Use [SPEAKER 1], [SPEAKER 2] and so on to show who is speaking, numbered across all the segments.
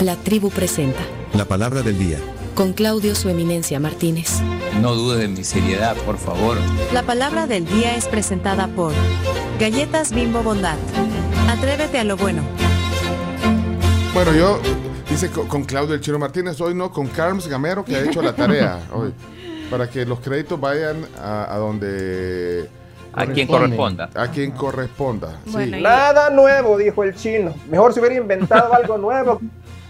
[SPEAKER 1] La tribu presenta.
[SPEAKER 2] La palabra del día.
[SPEAKER 1] Con Claudio Su Eminencia Martínez.
[SPEAKER 3] No dudes de mi seriedad, por favor.
[SPEAKER 4] La palabra del día es presentada por Galletas Bimbo Bondad. Atrévete a lo bueno.
[SPEAKER 5] Bueno, yo dice co- con Claudio El Chino Martínez, hoy no, con Carms Gamero que ha hecho la tarea hoy. Para que los créditos vayan a, a donde.
[SPEAKER 3] A quien corresponda.
[SPEAKER 5] A quien corresponda. sí.
[SPEAKER 6] Bueno,
[SPEAKER 7] Nada nuevo, dijo el chino. Mejor se hubiera inventado algo nuevo.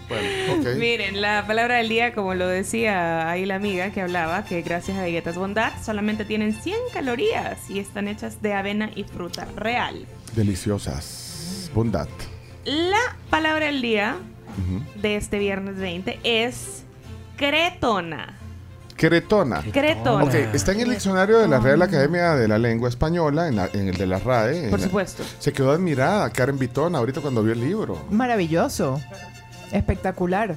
[SPEAKER 5] Bueno, ok.
[SPEAKER 6] Miren, la palabra del día, como lo decía ahí la amiga que hablaba, que gracias a Galletas Bondad solamente tienen 100 calorías y están hechas de avena y fruta real.
[SPEAKER 5] Deliciosas. Bondad.
[SPEAKER 6] La palabra del día
[SPEAKER 5] Ujú.
[SPEAKER 6] de este viernes 20 es cretona.
[SPEAKER 5] Queretona.
[SPEAKER 6] Cretona.
[SPEAKER 5] Ok, está en el diccionario de la Real Academia de la Lengua Española, en, la- en el de la RAE. en
[SPEAKER 6] Por
[SPEAKER 5] la-
[SPEAKER 6] supuesto.
[SPEAKER 5] se quedó admirada Karen Vitón ahorita cuando vio el libro.
[SPEAKER 8] Maravilloso. Espectacular.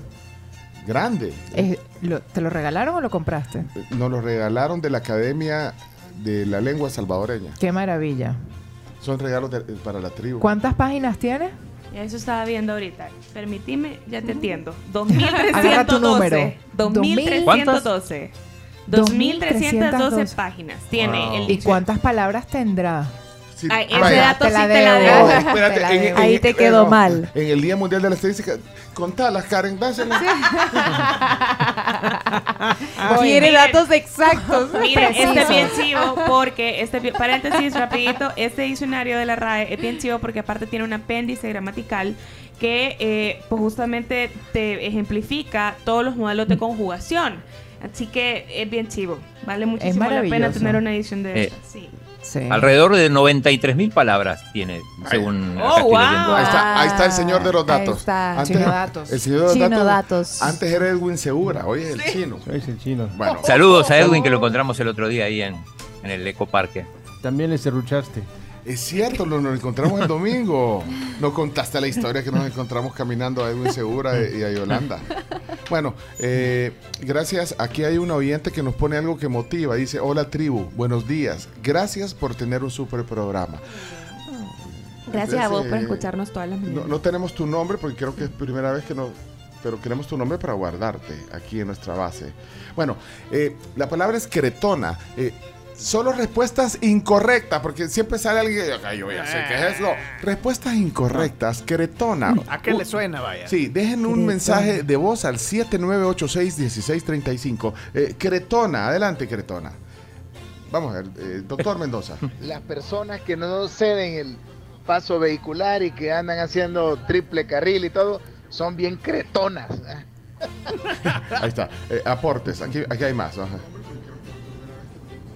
[SPEAKER 5] Grande.
[SPEAKER 6] Eh.
[SPEAKER 8] Es- lo- ¿Te lo regalaron o lo compraste?
[SPEAKER 5] Nos lo regalaron de la Academia de la Lengua Salvadoreña.
[SPEAKER 8] Qué maravilla.
[SPEAKER 5] Son regalos de- eh, para la tribu.
[SPEAKER 8] ¿Cuántas páginas tiene?
[SPEAKER 6] Ya Eso estaba viendo ahorita. Permitime, ya te entiendo.
[SPEAKER 8] Agarra tu número.
[SPEAKER 6] 2312. 2312. 2312
[SPEAKER 8] 2312
[SPEAKER 6] páginas tiene
[SPEAKER 5] Wow.
[SPEAKER 6] el
[SPEAKER 8] ¿Y cuántas palabras tendrá? Ah,
[SPEAKER 5] Sí,
[SPEAKER 6] Ay, ese
[SPEAKER 5] vaya.
[SPEAKER 6] dato
[SPEAKER 8] te la
[SPEAKER 6] sí te la
[SPEAKER 8] debo.
[SPEAKER 5] Oh,
[SPEAKER 6] debo.
[SPEAKER 5] espérate,
[SPEAKER 8] Te la
[SPEAKER 5] en-
[SPEAKER 8] debo.
[SPEAKER 5] en-
[SPEAKER 4] Ahí te
[SPEAKER 5] eh,
[SPEAKER 4] quedó
[SPEAKER 5] no,
[SPEAKER 4] mal.
[SPEAKER 5] En el Día Mundial de la Estadística, contalas, Karen, dáselas.
[SPEAKER 4] Quiere
[SPEAKER 6] miren.
[SPEAKER 4] datos exactos.
[SPEAKER 6] Miren, este es
[SPEAKER 4] precisos.
[SPEAKER 6] bien chivo porque, este, bi- paréntesis rapidito, este diccionario de la RAE es bien chivo porque aparte tiene un apéndice gramatical que eh, pues justamente te ejemplifica todos los modelos de conjugación. Así que es bien chivo. Vale muchísimo la pena
[SPEAKER 8] maravilloso.
[SPEAKER 6] tener una edición de
[SPEAKER 3] Eh.
[SPEAKER 6] esas, Sí.
[SPEAKER 8] Sí.
[SPEAKER 3] Alrededor de 93 mil palabras tiene, según
[SPEAKER 6] Oh,
[SPEAKER 3] acá estoy
[SPEAKER 6] wow.
[SPEAKER 3] leyendo.
[SPEAKER 5] Ahí está, ahí está el señor de los
[SPEAKER 4] Ah, Ahí
[SPEAKER 5] datos.
[SPEAKER 4] está.
[SPEAKER 8] Chino datos.
[SPEAKER 5] El señor de los
[SPEAKER 4] Chino
[SPEAKER 5] datos.
[SPEAKER 4] datos.
[SPEAKER 5] Antes era Edwin Segura, hoy es el chino.
[SPEAKER 9] Soy el chino.
[SPEAKER 5] Bueno,
[SPEAKER 3] Saludos a Edwin que lo encontramos el otro día ahí en, en el ecoparque.
[SPEAKER 9] También le serruchaste.
[SPEAKER 5] es cierto, lo- nos encontramos el domingo. Nos contaste la historia que nos encontramos caminando a Edwin Segura e- y a Yolanda. Bueno, eh, gracias. Aquí hay un oyente que nos pone algo que motiva. Dice, hola tribu, buenos días. Gracias por tener un super programa.
[SPEAKER 6] Gracias a vos por
[SPEAKER 5] Entonces, eh,
[SPEAKER 6] escucharnos todas las
[SPEAKER 5] No,
[SPEAKER 6] mañanas.
[SPEAKER 5] no tenemos tu nombre porque creo que es primera vez que no. Pero queremos tu nombre para guardarte aquí en nuestra base. Bueno, eh, la palabra es cretona. Eh, solo respuestas incorrectas, porque siempre sale alguien. "Ay, yo ya sé qué es eso. Respuestas incorrectas, cretona.
[SPEAKER 10] ¿A qué le suena, vaya?
[SPEAKER 5] Sí, dejen un
[SPEAKER 8] Cretona.
[SPEAKER 5] mensaje de voz al 7986-1635. Eh, cretona, adelante, cretona. Vamos a ver, eh, doctor Mendoza.
[SPEAKER 11] las personas que no ceden el paso vehicular y que andan haciendo triple carril y todo, son bien cretonas. ¿eh?
[SPEAKER 5] Ahí está. Eh, aportes, aquí, aquí hay más. ajá.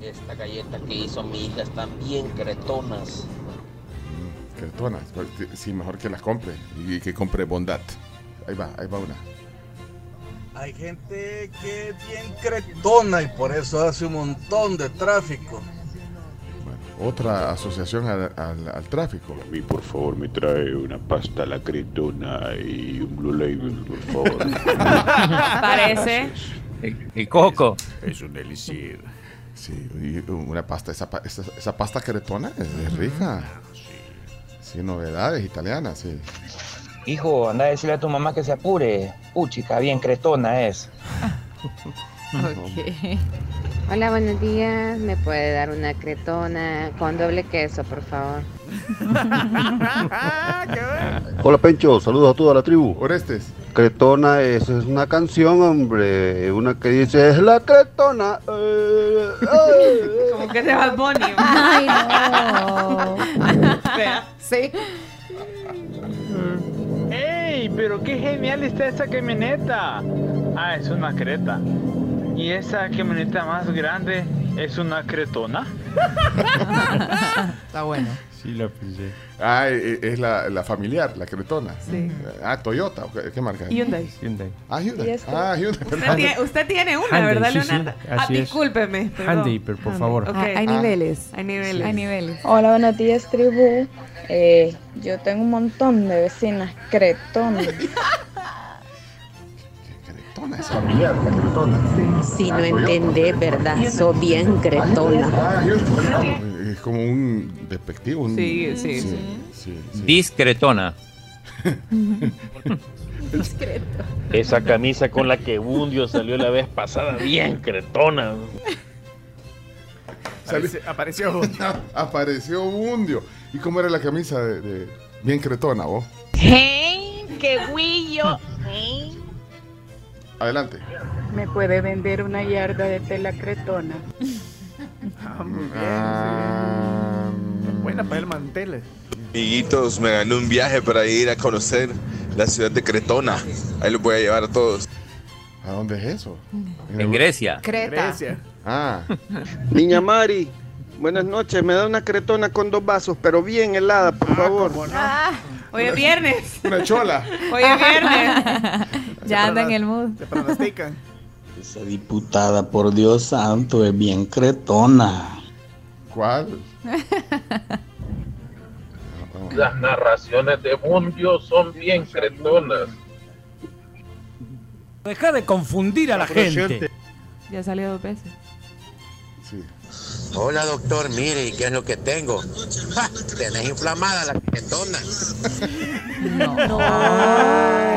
[SPEAKER 12] Esta galleta que hizo mi hija están bien cretonas.
[SPEAKER 5] Cartonas, sí, mejor que las compre y que compre bondad. Ahí va, ahí va una.
[SPEAKER 10] Hay gente que es bien cretona y por eso hace un montón de tráfico.
[SPEAKER 5] Bueno, otra asociación al, al- al tráfico.
[SPEAKER 10] mí, por favor, me trae una pasta la cretona y un Blue Label, por favor.
[SPEAKER 6] Parece.
[SPEAKER 3] El, el coco.
[SPEAKER 10] es un elixir.
[SPEAKER 5] Sí, y una pasta, esa, pa- esa, esa pasta cretona es, es rica. Sí, novedades italianas, sí.
[SPEAKER 12] Hijo, anda a decirle a tu mamá que se apure. Puchica, bien cretona es.
[SPEAKER 6] Hola, buenos días. ¿Me puede dar una cretona con doble queso, por favor?
[SPEAKER 10] Hola, Pencho. Saludos a toda la tribu.
[SPEAKER 5] Orestes,
[SPEAKER 10] Cretona es, es una canción, hombre. Una que dice, es la cretona. eh, eh".
[SPEAKER 6] Como que se va Bonnie.
[SPEAKER 4] Ay, no.
[SPEAKER 8] Sí.
[SPEAKER 10] ¡Ey! Pero qué genial está esa camioneta. Ah, es una creta. ¿Y esa camioneta más grande es una cretona?
[SPEAKER 8] Está bueno.
[SPEAKER 9] Sí, la pensé.
[SPEAKER 5] ah, e- e- es la, la familiar, la cretona.
[SPEAKER 6] Sí.
[SPEAKER 5] Ah, Toyota, ¿qué- ¿qué marca?
[SPEAKER 6] Y Hyundai.
[SPEAKER 9] Hyundai.
[SPEAKER 5] Ah, Hyundai. Ah, Hyundai,
[SPEAKER 6] Usted
[SPEAKER 5] perdón.
[SPEAKER 6] tiene, usted tiene una,
[SPEAKER 9] Handy, sí,
[SPEAKER 6] ¿verdad,
[SPEAKER 9] sí,
[SPEAKER 6] Leonardo? ah,
[SPEAKER 9] así es.
[SPEAKER 6] discúlpeme. perdón.
[SPEAKER 9] Handy, pero por
[SPEAKER 6] Handy,
[SPEAKER 9] favor.
[SPEAKER 6] ok.
[SPEAKER 4] Ah, Hay
[SPEAKER 5] Ah.
[SPEAKER 4] niveles.
[SPEAKER 6] Hay niveles.
[SPEAKER 4] Hay niveles.
[SPEAKER 6] Hola,
[SPEAKER 1] buenos días, tribu. Eh, yo tengo un montón de vecinas cretonas.
[SPEAKER 5] Cretona, es familiar, la cretona.
[SPEAKER 4] Si no entendés, ¿verdad? Sos bien cretona.
[SPEAKER 5] Ah, Hyundai. Es como un despectivo. un-
[SPEAKER 6] Sí, sí,
[SPEAKER 5] sí. sí, sí.
[SPEAKER 3] Discretona.
[SPEAKER 2] Esa camisa con la que Bundio salió la vez pasada, bien cretona.
[SPEAKER 5] apareció. apareció Bundio. ¿Y cómo era la camisa de, de- bien cretona, vos?
[SPEAKER 13] ¡Hey! ¡Qué guillo! ¡Hey!
[SPEAKER 5] Adelante.
[SPEAKER 13] ¿Me puede vender una yarda de tela cretona?
[SPEAKER 14] Buena para el mantel.
[SPEAKER 15] Amiguitos, me gané un viaje para ir a conocer la ciudad de Cretona. Ahí los voy a llevar a todos.
[SPEAKER 5] ¿A dónde es eso?
[SPEAKER 3] En Grecia.
[SPEAKER 8] Creta.
[SPEAKER 5] Ah.
[SPEAKER 16] Niña Mari, buenas noches. Me da una cretona con dos vasos, pero bien helada, por favor.
[SPEAKER 6] Ah, hoy es viernes.
[SPEAKER 5] Una chola.
[SPEAKER 6] Hoy es viernes.
[SPEAKER 8] Ya anda en el mood.
[SPEAKER 14] Te pronostican.
[SPEAKER 17] Esa diputada, por Dios santo, es bien cretona.
[SPEAKER 5] ¿Cuál?
[SPEAKER 2] Las narraciones de Bundio son bien cretonas.
[SPEAKER 18] Deja de confundir a la gente.
[SPEAKER 6] Ya salió dos veces.
[SPEAKER 19] Hola doctor, mire, ¿qué es lo que tengo? ¡Ja! Tenés inflamada la tetona.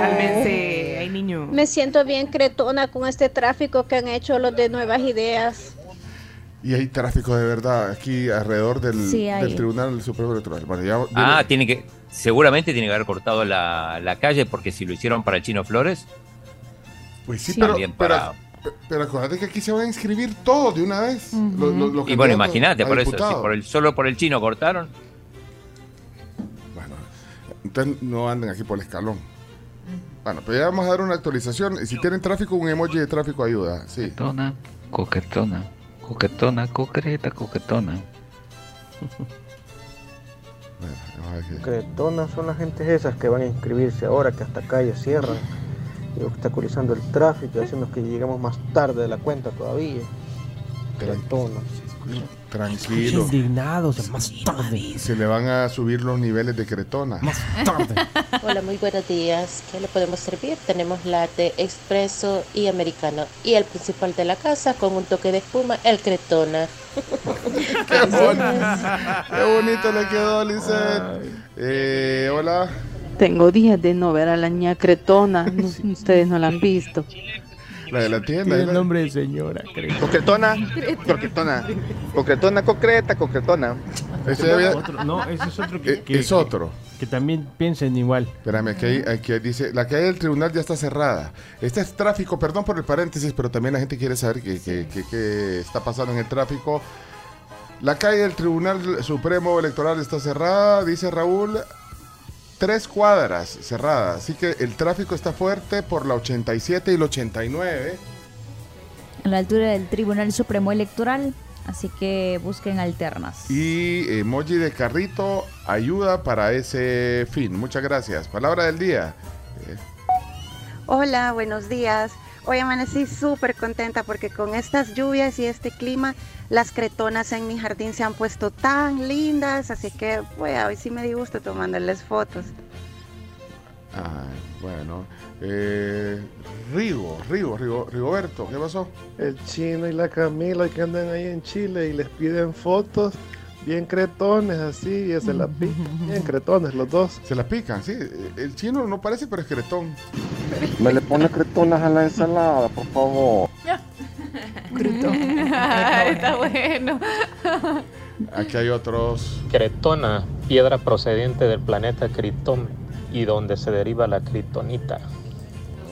[SPEAKER 6] Cálmense. Ay, niño.
[SPEAKER 20] Me siento bien cretona con este tráfico que han hecho los de Nuevas Ideas.
[SPEAKER 5] Y hay tráfico de verdad aquí alrededor del,
[SPEAKER 20] Sí, hay.
[SPEAKER 5] del Tribunal Supremo Electoral. Bueno, ya,
[SPEAKER 3] Ah, tiene que. Seguramente tiene que haber cortado la, la calle porque si lo hicieron para el Chino Flores.
[SPEAKER 5] Pues sí, pero,
[SPEAKER 3] también
[SPEAKER 5] pero-
[SPEAKER 3] para.
[SPEAKER 5] pe- pero acuérdate que aquí se van a inscribir todos de una vez. Lo- lo- lo
[SPEAKER 3] y
[SPEAKER 5] que
[SPEAKER 3] bueno,
[SPEAKER 5] tengan
[SPEAKER 3] imagínate,
[SPEAKER 5] a
[SPEAKER 3] por eso,
[SPEAKER 5] diputado.
[SPEAKER 3] si por el, solo por el chino cortaron.
[SPEAKER 5] Entonces no anden aquí por el escalón. Bueno, pero ya vamos a dar una actualización. Si tienen tráfico, un emoji de tráfico ayuda. Sí.
[SPEAKER 12] Coquetona, coquetona, concreta, coquetona.
[SPEAKER 21] Cretonas son las gentes esas que van a inscribirse ahora que hasta calles cierran y obstaculizando el tráfico, haciendo que llegamos más tarde de la cuenta todavía. Cretonas.
[SPEAKER 5] Tranquilo.
[SPEAKER 21] Indignados, más tarde.
[SPEAKER 5] Se le van a subir los niveles de cretona.
[SPEAKER 22] Hola, muy buenos días. ¿Qué le podemos servir? Tenemos latte, expreso y americano. Y el principal de la casa con un toque de espuma, el cretona.
[SPEAKER 5] Qué bonito, qué bonito le quedó, Lisette. Eh, hola.
[SPEAKER 23] Tengo días de no ver a la niña cretona. No- ustedes no la han visto.
[SPEAKER 5] La de la tienda.
[SPEAKER 9] Tiene
[SPEAKER 5] la-
[SPEAKER 9] nombre de señora, creo.
[SPEAKER 21] Concretona, concretona, concretona, concreta, concretona.
[SPEAKER 5] Ese Este, había-
[SPEAKER 9] Otro- no, ese es otro
[SPEAKER 5] Eh,
[SPEAKER 9] que, que-
[SPEAKER 5] es otro.
[SPEAKER 9] que también piensen igual.
[SPEAKER 5] Espérame, aquí, hay- aquí dice, la calle del tribunal ya está cerrada. Este es tráfico, perdón por el paréntesis, pero también la gente quiere saber qué, qué- qué- qué está pasando en el tráfico. La calle del Tribunal Supremo Electoral está cerrada, dice Raúl. Tres cuadras cerradas, así que el tráfico está fuerte por la 87 y la 89.
[SPEAKER 24] a la altura del Tribunal Supremo Electoral, así que busquen alternas.
[SPEAKER 5] Y eh, emoji de carrito ayuda para ese fin. Muchas gracias. Palabra del día. Eh,
[SPEAKER 25] Hola, buenos días. Hoy amanecí súper contenta porque con estas lluvias y este clima, las cretonas en mi jardín se han puesto tan lindas, así que bueno, hoy sí me di gusto tomándoles fotos.
[SPEAKER 5] Ay, Ah, bueno. Eh, Rigo, Rigo, Rigo, Rigoberto, ¿qué pasó?
[SPEAKER 26] El chino y la Camila que andan ahí en Chile y les piden fotos bien cretones así y se las pican. Bien cretones los dos.
[SPEAKER 5] Se las pican, sí. El chino no parece, pero es cretón.
[SPEAKER 27] Me le pone cretonas a la ensalada, por favor.
[SPEAKER 6] Está bueno.
[SPEAKER 5] Aquí hay otros.
[SPEAKER 28] Cretona, piedra procedente del planeta Critón y donde se deriva la critonita.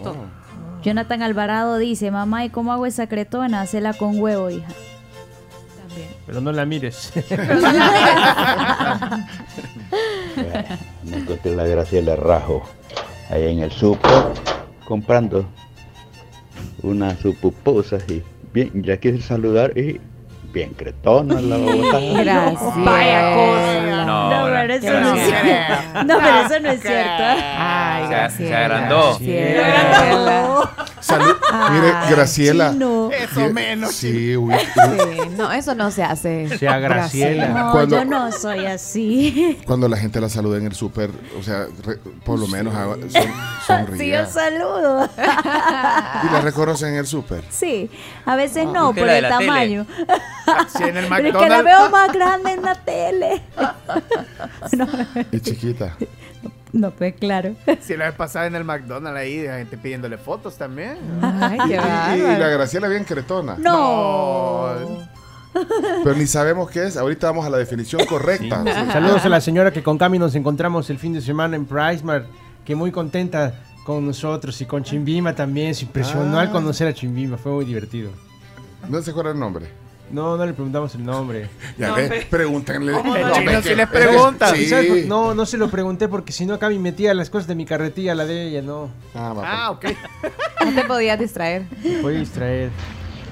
[SPEAKER 5] Oh.
[SPEAKER 24] Jonathan Alvarado dice, mamá, ¿y cómo hago esa cretona? Hacela con huevo, hija.
[SPEAKER 9] Pero no la mires.
[SPEAKER 29] Me encontré la Graciela Rajo allá en el super comprando unas sus pupusas y bien, ya quise saludar y bien cretona la bogotana.
[SPEAKER 24] Gracias. Vaya cosa. No, No, pero eso no es gracias. cierto. No, pero eso no es cierto.
[SPEAKER 8] Ay,
[SPEAKER 5] Se-
[SPEAKER 8] gracias.
[SPEAKER 5] se agrandó. Salud.
[SPEAKER 24] Ah,
[SPEAKER 5] Mire, Graciela.
[SPEAKER 8] chino.
[SPEAKER 5] Mire,
[SPEAKER 8] Eso menos,
[SPEAKER 5] Sí, uy,
[SPEAKER 8] Sí, no, eso no se hace.
[SPEAKER 5] Se agraciela.
[SPEAKER 24] No,
[SPEAKER 5] Cuando-
[SPEAKER 24] yo no soy así.
[SPEAKER 5] Cuando la gente la saluda en el súper, o sea, re- por lo menos haga- son-
[SPEAKER 24] Sí, yo
[SPEAKER 5] sonría.
[SPEAKER 24] saludo.
[SPEAKER 5] y la reconocen en el súper.
[SPEAKER 24] Sí, a veces no,
[SPEAKER 5] Usted
[SPEAKER 24] por
[SPEAKER 5] la de
[SPEAKER 24] el
[SPEAKER 5] la tele.
[SPEAKER 24] tamaño.
[SPEAKER 5] Sí, en el
[SPEAKER 24] Pero es que la
[SPEAKER 5] McDonald's.
[SPEAKER 24] veo más grande en la tele.
[SPEAKER 5] Y chiquita.
[SPEAKER 24] No, pues claro.
[SPEAKER 1] Si la vez pasada en el McDonald's ahí, de gente pidiéndole fotos también.
[SPEAKER 24] Ay, qué
[SPEAKER 5] Y- y,
[SPEAKER 24] bárbaro.
[SPEAKER 5] la Graciela bien cretona.
[SPEAKER 24] No.
[SPEAKER 5] Pero ni sabemos qué es. Ahorita vamos a la definición correcta.
[SPEAKER 9] Saludos a la señora que con Cami nos encontramos el fin de semana en Pricemar, que muy contenta con nosotros y con Chimbima también. Se impresionó
[SPEAKER 5] Ah.
[SPEAKER 9] al conocer a Chimbima, fue muy divertido.
[SPEAKER 5] ¿No se acuerda el nombre?
[SPEAKER 9] No, no le preguntamos el nombre.
[SPEAKER 5] Ya ve, pregúntenle. No,
[SPEAKER 9] chino
[SPEAKER 5] ve que- es que-
[SPEAKER 9] ¿Y sabes por-
[SPEAKER 5] Sí.
[SPEAKER 9] No, no se lo pregunté porque si no Cami metía las cosas de mi carretilla, la de ella, no.
[SPEAKER 5] Ah,
[SPEAKER 1] ok.
[SPEAKER 8] No te podías distraer.
[SPEAKER 9] Puede distraer.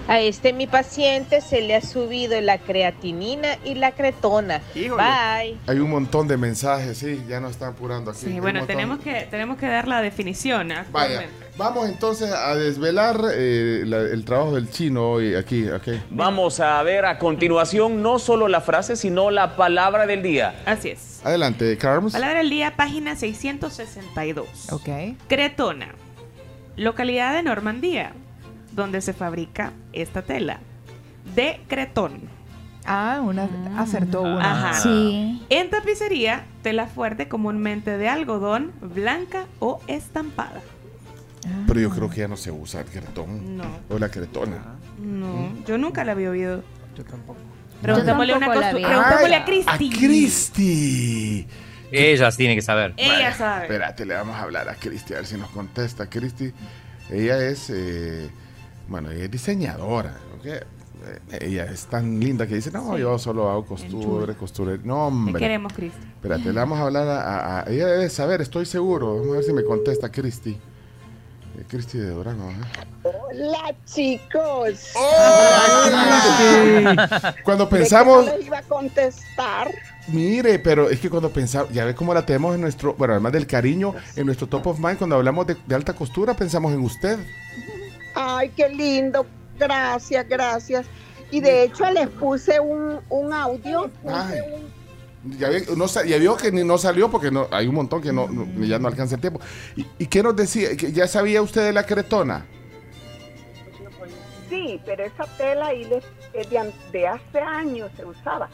[SPEAKER 4] A este mi paciente se le ha subido la creatinina y la cretona. Bye.
[SPEAKER 5] Hay un montón de mensajes, sí, ya nos están apurando aquí. Hay
[SPEAKER 6] Sí,
[SPEAKER 5] un
[SPEAKER 6] bueno,
[SPEAKER 5] montón.
[SPEAKER 6] tenemos que, tenemos que dar la definición. ¿ah?
[SPEAKER 5] Vaya, vamos entonces a desvelar eh, la- el trabajo del chino hoy aquí, ok.
[SPEAKER 7] Vamos a ver a continuación no solo la frase, sino la palabra del día.
[SPEAKER 6] Así es.
[SPEAKER 5] Adelante, Carms.
[SPEAKER 6] Palabra del día, página 662.
[SPEAKER 8] Ok.
[SPEAKER 6] Cretona, localidad de Normandía, donde se fabrica esta tela. De Cretón.
[SPEAKER 8] Ah, una acertó
[SPEAKER 3] Ah,
[SPEAKER 8] una.
[SPEAKER 6] Ajá. En tapicería, tela fuerte comúnmente de algodón, blanca o estampada.
[SPEAKER 5] Pero yo creo que ya no se usa el cretón.
[SPEAKER 6] No.
[SPEAKER 5] O la cretona.
[SPEAKER 6] No, yo nunca la había oído. Yo tampoco.
[SPEAKER 8] Yo
[SPEAKER 6] Preguntémosle, una
[SPEAKER 8] tampoco la
[SPEAKER 6] costu-
[SPEAKER 8] vi.
[SPEAKER 6] preguntémosle
[SPEAKER 8] Ay,
[SPEAKER 6] a Cristi.
[SPEAKER 5] Cristi.
[SPEAKER 3] Ellas tienen que saber.
[SPEAKER 6] Ella sabe.
[SPEAKER 5] Espérate, le vamos a hablar a Cristi, a ver si nos contesta. Cristi, ella es, eh, bueno, ella es diseñadora, ¿ok? Eh, Ella es tan linda que dice, no,
[SPEAKER 6] Sí.
[SPEAKER 5] yo solo hago
[SPEAKER 6] chula.
[SPEAKER 5] costura, costura. No,
[SPEAKER 6] Te
[SPEAKER 5] hombre.
[SPEAKER 6] queremos, Cristi.
[SPEAKER 5] Espérate, le vamos a hablar a, a- a- Ella debe saber, estoy seguro. Vamos a ver si me contesta Cristi. Eh, Cristi de Durango.
[SPEAKER 7] Hola chicos.
[SPEAKER 5] Oh, Hola. Cuando pensamos,
[SPEAKER 7] ¿De qué les iba a contestar.
[SPEAKER 5] mire, pero es que cuando pensamos, ya ve cómo la tenemos en nuestro, bueno, además del cariño, en nuestro top of mind, cuando hablamos de, de alta costura, pensamos en usted.
[SPEAKER 7] Ay, qué lindo. Gracias, gracias. Y de hecho les puse un, un audio. puse un-
[SPEAKER 5] Ya, ve- no sa- ya vio que ni- no salió porque no, hay un montón que no, no- ya no alcanza el tiempo. ¿Y, y qué nos decía? ¿Que ¿Ya sabía usted de la cretona?
[SPEAKER 7] Sí, pero esa tela ahí les- es de, an- de hace años se usaba.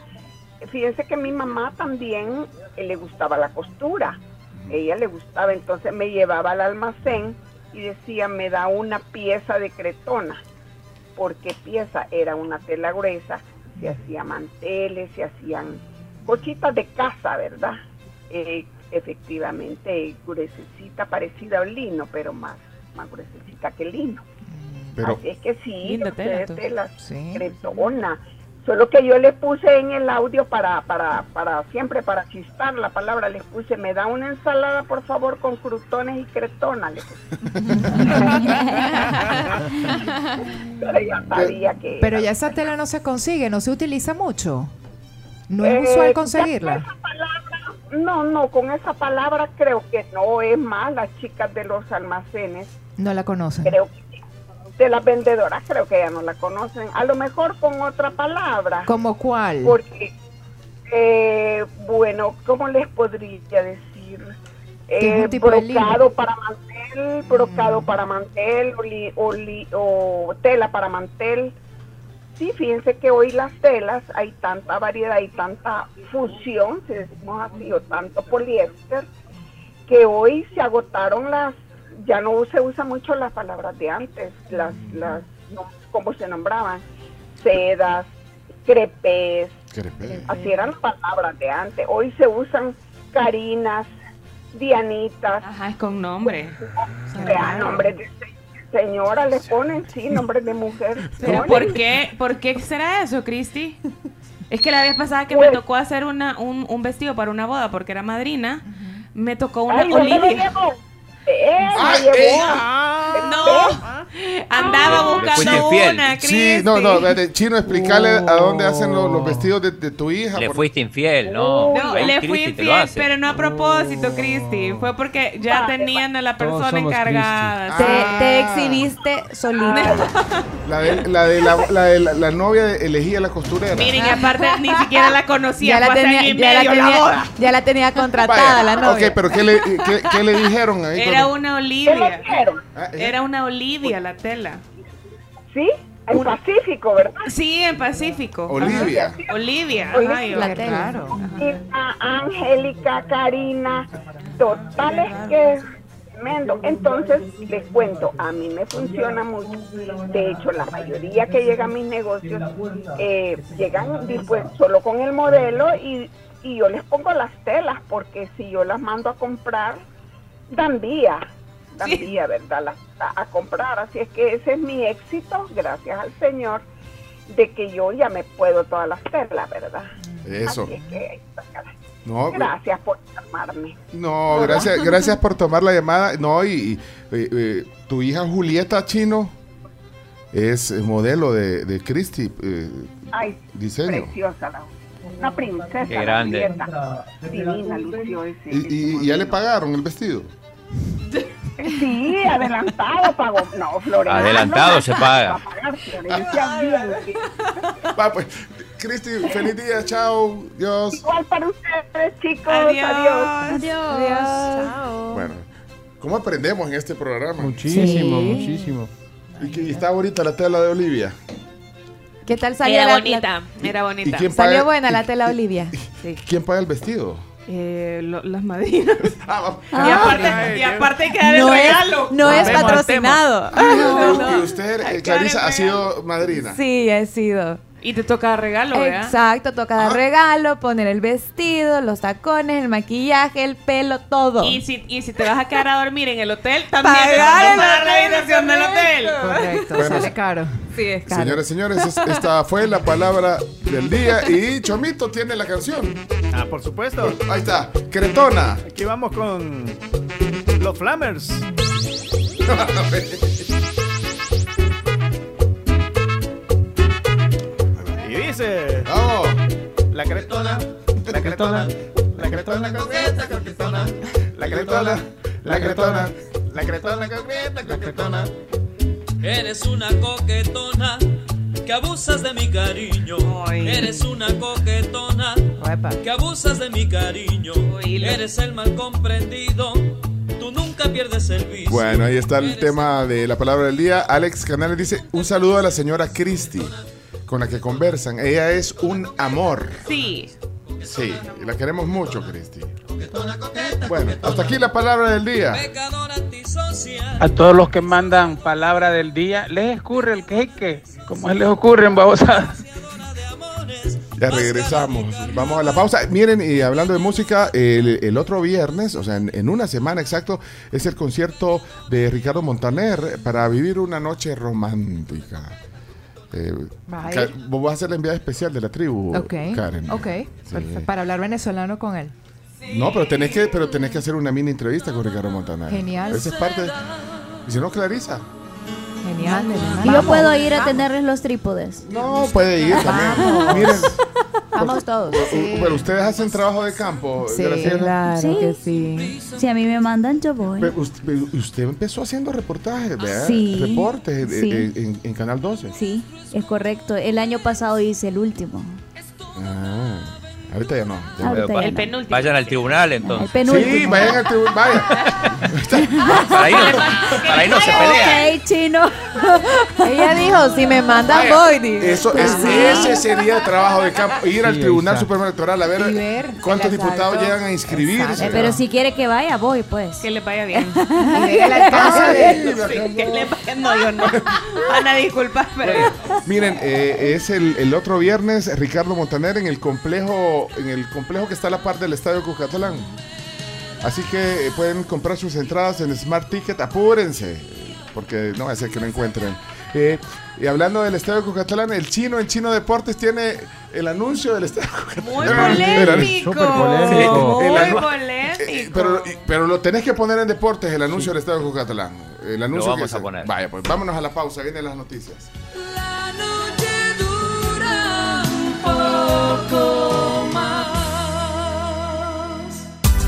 [SPEAKER 7] Fíjense que mi mamá también eh, le gustaba la costura. Ella le gustaba, entonces me llevaba al almacén y decía, me da una pieza de cretona. Porque pieza era una tela gruesa, se hacían manteles, se hacían cochitas de casa, ¿verdad? Eh, efectivamente, gruesecita, parecida al lino, pero más, más gruesecita que el lino.
[SPEAKER 5] Pero
[SPEAKER 7] Así es que Ah, sí,
[SPEAKER 8] Linda tela,
[SPEAKER 7] ustedes
[SPEAKER 8] tú.
[SPEAKER 7] telas cretona. Solo que yo le puse en el audio para, para, para siempre, para chistar la palabra, les puse, me da una ensalada, por favor, con crutones y cretona. le puse. Pero ya sabía que...
[SPEAKER 8] Pero ya esa tela no se consigue, no se utiliza mucho. No
[SPEAKER 7] Eh,
[SPEAKER 8] es usual
[SPEAKER 7] ya
[SPEAKER 8] conseguirla.
[SPEAKER 7] No, no, con esa palabra creo que no es más las chicas de los almacenes,
[SPEAKER 8] No la conocen.
[SPEAKER 7] creo que de las vendedoras creo que ya no la conocen. A lo mejor con otra palabra.
[SPEAKER 8] ¿Como cuál?
[SPEAKER 7] Porque, eh, bueno, ¿cómo les podría decir?
[SPEAKER 8] Que es un tipo de
[SPEAKER 7] Eh,
[SPEAKER 8] Mm.
[SPEAKER 7] brocado
[SPEAKER 8] libro.
[SPEAKER 7] para mantel, brocado para mantel, o, li- o li- o tela para mantel. Sí, fíjense que hoy las telas hay tanta variedad y tanta fusión, si decimos así, o tanto poliéster, que hoy se agotaron las, ya no se usa mucho las palabras de antes, las,
[SPEAKER 8] Mm.
[SPEAKER 7] las, no, cómo se nombraban, sedas, crepes, Así eran las palabras de antes. Hoy se usan Carinas, Dianitas.
[SPEAKER 6] Ajá, es con nombre.
[SPEAKER 7] Vean, nombres de se- señora le ponen, sí, nombres de mujer.
[SPEAKER 6] Pero
[SPEAKER 7] ponen.
[SPEAKER 6] ¿por qué, ¿por qué será eso, Cristi? Es que la vez pasada que me tocó hacer una, un, un vestido para una boda porque era madrina, me tocó una
[SPEAKER 7] Ay, yo me lo
[SPEAKER 6] Olivia.
[SPEAKER 7] llevo. Eh, me
[SPEAKER 5] Ah,
[SPEAKER 6] Ay,
[SPEAKER 7] llevó.
[SPEAKER 6] eh,
[SPEAKER 7] Eh,
[SPEAKER 6] No, andaba
[SPEAKER 7] Le fuiste
[SPEAKER 6] buscando
[SPEAKER 7] infiel.
[SPEAKER 6] una, Cristi.
[SPEAKER 5] Sí, no, no, espérate, chino, explícale a dónde hacen lo- los vestidos de, de tu hija.
[SPEAKER 3] Le
[SPEAKER 5] por-
[SPEAKER 3] fuiste infiel, no.
[SPEAKER 6] No,
[SPEAKER 3] Ahí
[SPEAKER 6] le fui
[SPEAKER 3] Cristi te lo
[SPEAKER 6] infiel,
[SPEAKER 3] hace.
[SPEAKER 6] pero no a propósito, Cristi. Fue porque ya tenían a la
[SPEAKER 3] Todos
[SPEAKER 6] persona
[SPEAKER 3] somos
[SPEAKER 6] encargada.
[SPEAKER 8] Te, te exhibiste solita.
[SPEAKER 5] La de la, de la, la de la- la novia de- elegía la costurera.
[SPEAKER 6] Miren, y aparte ni siquiera la conocía.
[SPEAKER 8] Ya la
[SPEAKER 6] fue hace
[SPEAKER 8] tenía,
[SPEAKER 6] año y
[SPEAKER 8] ya la
[SPEAKER 6] medio la boda.
[SPEAKER 8] tenía, ya la tenía contratada la novia.
[SPEAKER 5] Ok, pero ¿qué le, qué- qué le dijeron ahí?
[SPEAKER 6] Era
[SPEAKER 5] cuando-
[SPEAKER 6] una Olivia.
[SPEAKER 5] Ah,
[SPEAKER 6] Era una Olivia la tela.
[SPEAKER 7] Sí, En Pacífico, ¿verdad?
[SPEAKER 6] Sí, en Pacífico.
[SPEAKER 7] Olivia.
[SPEAKER 6] Ajá. Olivia.
[SPEAKER 7] Olivia.
[SPEAKER 6] Ay,
[SPEAKER 7] La tele.
[SPEAKER 6] claro.
[SPEAKER 7] Irma, Angélica, Karina, totales que es tremendo. Entonces, les cuento, a mí me funciona mucho. De hecho, la mayoría que llega a mis negocios eh, llegan pues, solo con el modelo y, y yo les pongo las telas porque si yo las mando a comprar, dan día, dan día, ¿verdad? Las- a, a comprar. Así es que ese es mi éxito, gracias al Señor, de que yo ya me puedo todas las telas, ¿verdad?
[SPEAKER 5] Eso. Oh, pues.
[SPEAKER 7] Así es que ahí está, cara.
[SPEAKER 5] No, eh,
[SPEAKER 7] gracias por llamarme.
[SPEAKER 5] No, gracias, gracias por tomar la llamada. No, y, y, eh, eh, tu hija Julieta Chino es eh, modelo de, de Christie eh,
[SPEAKER 7] Ay,
[SPEAKER 5] Diseño.
[SPEAKER 7] preciosa la una princesa.
[SPEAKER 5] Qué
[SPEAKER 7] la
[SPEAKER 5] grande.
[SPEAKER 7] Julieta. Divina, lució ese.
[SPEAKER 5] Y, y- y ya le pagaron el vestido.
[SPEAKER 7] Eh, Sí, adelantado pagó. No, Florencia.
[SPEAKER 5] Adelantado
[SPEAKER 7] no,
[SPEAKER 5] se paga.
[SPEAKER 7] va a pagar, Florencia, bien.
[SPEAKER 5] Va, pues, Cristi, feliz día, chao, Dios.
[SPEAKER 7] Igual para ustedes, chicos.
[SPEAKER 6] Adiós.
[SPEAKER 7] Oh, Adiós.
[SPEAKER 6] Adiós.
[SPEAKER 5] Bueno, ¿cómo aprendemos en este programa?
[SPEAKER 9] Muchísimo, Sí. muchísimo.
[SPEAKER 5] Y que y está bonita la tela de Olivia.
[SPEAKER 8] ¿Qué tal salió?
[SPEAKER 6] Era
[SPEAKER 8] la-
[SPEAKER 6] bonita, era bonita.
[SPEAKER 5] quién
[SPEAKER 8] Salió
[SPEAKER 5] paga-
[SPEAKER 8] buena la tela Olivia.
[SPEAKER 5] ¿Quién paga el vestido?
[SPEAKER 6] Eh, lo- las Madinas. y
[SPEAKER 5] Ah,
[SPEAKER 6] aparte,
[SPEAKER 5] ok.
[SPEAKER 6] y aparte hay que dar el
[SPEAKER 8] No es-
[SPEAKER 6] regalo.
[SPEAKER 8] no es Matemos, patrocinado. matemos.
[SPEAKER 5] No, Y usted, eh, Clarisa, ha sido madrina.
[SPEAKER 8] Sí, he sido.
[SPEAKER 6] Y te toca regalo, ¿verdad?
[SPEAKER 8] Exacto, toca dar regalo, poner el vestido, los tacones, el maquillaje, el pelo, todo.
[SPEAKER 6] Y si, y si te vas a quedar a dormir en el hotel, también te
[SPEAKER 8] Pagar
[SPEAKER 6] vas a
[SPEAKER 8] el
[SPEAKER 6] pagar la
[SPEAKER 8] hotel,
[SPEAKER 6] habitación del hotel.
[SPEAKER 8] Correcto,
[SPEAKER 5] Bueno,
[SPEAKER 8] sale caro.
[SPEAKER 6] Sí, es
[SPEAKER 8] caro.
[SPEAKER 5] Señores, señores, es- esta fue la palabra del día y Chomito tiene la canción.
[SPEAKER 1] Ah, por supuesto.
[SPEAKER 5] Ahí está, Cretona.
[SPEAKER 1] Aquí vamos con los Flamers. y dice.
[SPEAKER 5] Vamos.
[SPEAKER 1] La cretona, la cretona, la cretona concreta, concretona, la cretona, la cretona, la cretona concreta, concretona.
[SPEAKER 2] Eres una coquetona que abusas de mi cariño. Eres una coquetona que abusas de mi cariño. Eres el mal comprendido. Tú nunca pierdes el vicio.
[SPEAKER 5] Bueno, ahí está el tema de la palabra del día. Alex Canales dice, un saludo a la señora Cristi, con la que conversan. Ella es un amor.
[SPEAKER 6] Sí.
[SPEAKER 5] Sí, y la queremos mucho, Cristi. Bueno, hasta aquí la palabra del día.
[SPEAKER 10] A todos los que mandan palabra del día, les escurre el cake. ¿Cómo les ocurre en babosadas?
[SPEAKER 5] Ya regresamos. Vamos a la pausa. Miren, y hablando de música, el, el otro viernes, o sea, en, en una semana exacto, es el concierto de Ricardo Montaner para vivir una noche romántica. Eh,
[SPEAKER 8] Vaya.
[SPEAKER 5] Ka- vos vas a ser la enviada especial de la tribu,
[SPEAKER 8] Ok,
[SPEAKER 5] Karen.
[SPEAKER 8] ok. Perfecto, Para hablar venezolano con él.
[SPEAKER 5] No, pero tenés que, pero tenés que hacer una mini entrevista con Ricardo Montaner.
[SPEAKER 8] Genial.
[SPEAKER 5] Esa es parte. de- Y si no, Clarisa.
[SPEAKER 8] Genial.
[SPEAKER 24] Y yo puedo ir a tenerles los trípodes.
[SPEAKER 5] No, puede ir también. Miren,
[SPEAKER 24] Vamos todos.
[SPEAKER 5] u- pero ustedes hacen trabajo de campo.
[SPEAKER 24] Sí,
[SPEAKER 5] Graciela.
[SPEAKER 24] claro Sí. que
[SPEAKER 8] sí.
[SPEAKER 24] Si a mí me mandan, yo voy.
[SPEAKER 5] Pero usted, pero usted empezó haciendo reportajes, ¿verdad?
[SPEAKER 24] Sí,
[SPEAKER 5] Reportes eh,
[SPEAKER 24] sí.
[SPEAKER 5] eh, en, en Canal 12.
[SPEAKER 24] Sí, es correcto. El año pasado hice el último.
[SPEAKER 5] Ah, ahorita ya no. ya
[SPEAKER 24] Ahorita
[SPEAKER 5] no.
[SPEAKER 24] ya El no.
[SPEAKER 6] penúltimo.
[SPEAKER 3] Vayan al tribunal entonces.
[SPEAKER 24] El penúltimo.
[SPEAKER 5] Sí, vayan al tribunal. Vaya.
[SPEAKER 3] Para ahí no, para ahí no se pelea.
[SPEAKER 8] Ok, chino. Ella dijo, si me mandan
[SPEAKER 5] Vaya,
[SPEAKER 8] voy. dijo.
[SPEAKER 5] Eso,
[SPEAKER 24] Pues
[SPEAKER 5] es-
[SPEAKER 8] Ajá.
[SPEAKER 5] ese sería el trabajo de campo. Ir al
[SPEAKER 9] Sí,
[SPEAKER 5] Tribunal
[SPEAKER 9] exacto.
[SPEAKER 5] Supremo Electoral a ver,
[SPEAKER 8] Y ver
[SPEAKER 5] eh, cuántos
[SPEAKER 8] el asalto.
[SPEAKER 5] diputados llegan a inscribirse.
[SPEAKER 24] Eh, Pero si quiere que vaya, voy pues.
[SPEAKER 6] Que le vaya bien.
[SPEAKER 8] el alcance
[SPEAKER 5] de-
[SPEAKER 6] Sí, que le vaya- No, yo no. Ana, disculpa, pero.
[SPEAKER 5] Miren, eh, es el, el otro viernes Ricardo Montaner en el complejo en el complejo que está a la par del Estadio Cucatlán. Así que eh, pueden comprar sus entradas en Smart Ticket, apúrense, eh, porque no va a ser que no encuentren. Eh, y hablando del Estadio Cucatlán, el chino en Chino Deportes tiene el anuncio del Estadio Cucatlán.
[SPEAKER 6] Muy polémico.
[SPEAKER 5] Súper polémico.
[SPEAKER 6] Muy
[SPEAKER 5] El anuncio-
[SPEAKER 6] polémico.
[SPEAKER 5] Eh, Pero, pero lo tenés que poner en Deportes, el anuncio del Estadio Cucatlán. El anuncio
[SPEAKER 3] vamos
[SPEAKER 5] que
[SPEAKER 3] a
[SPEAKER 5] se-
[SPEAKER 3] poner.
[SPEAKER 5] Vaya, pues vámonos a la pausa, vienen las noticias.
[SPEAKER 2] Poco más.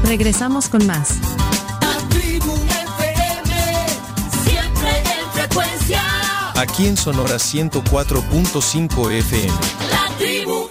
[SPEAKER 11] Regresamos con más.
[SPEAKER 2] La tribu FM, siempre en frecuencia.
[SPEAKER 13] Aquí en Sonora 104.5 FM.
[SPEAKER 2] La tribu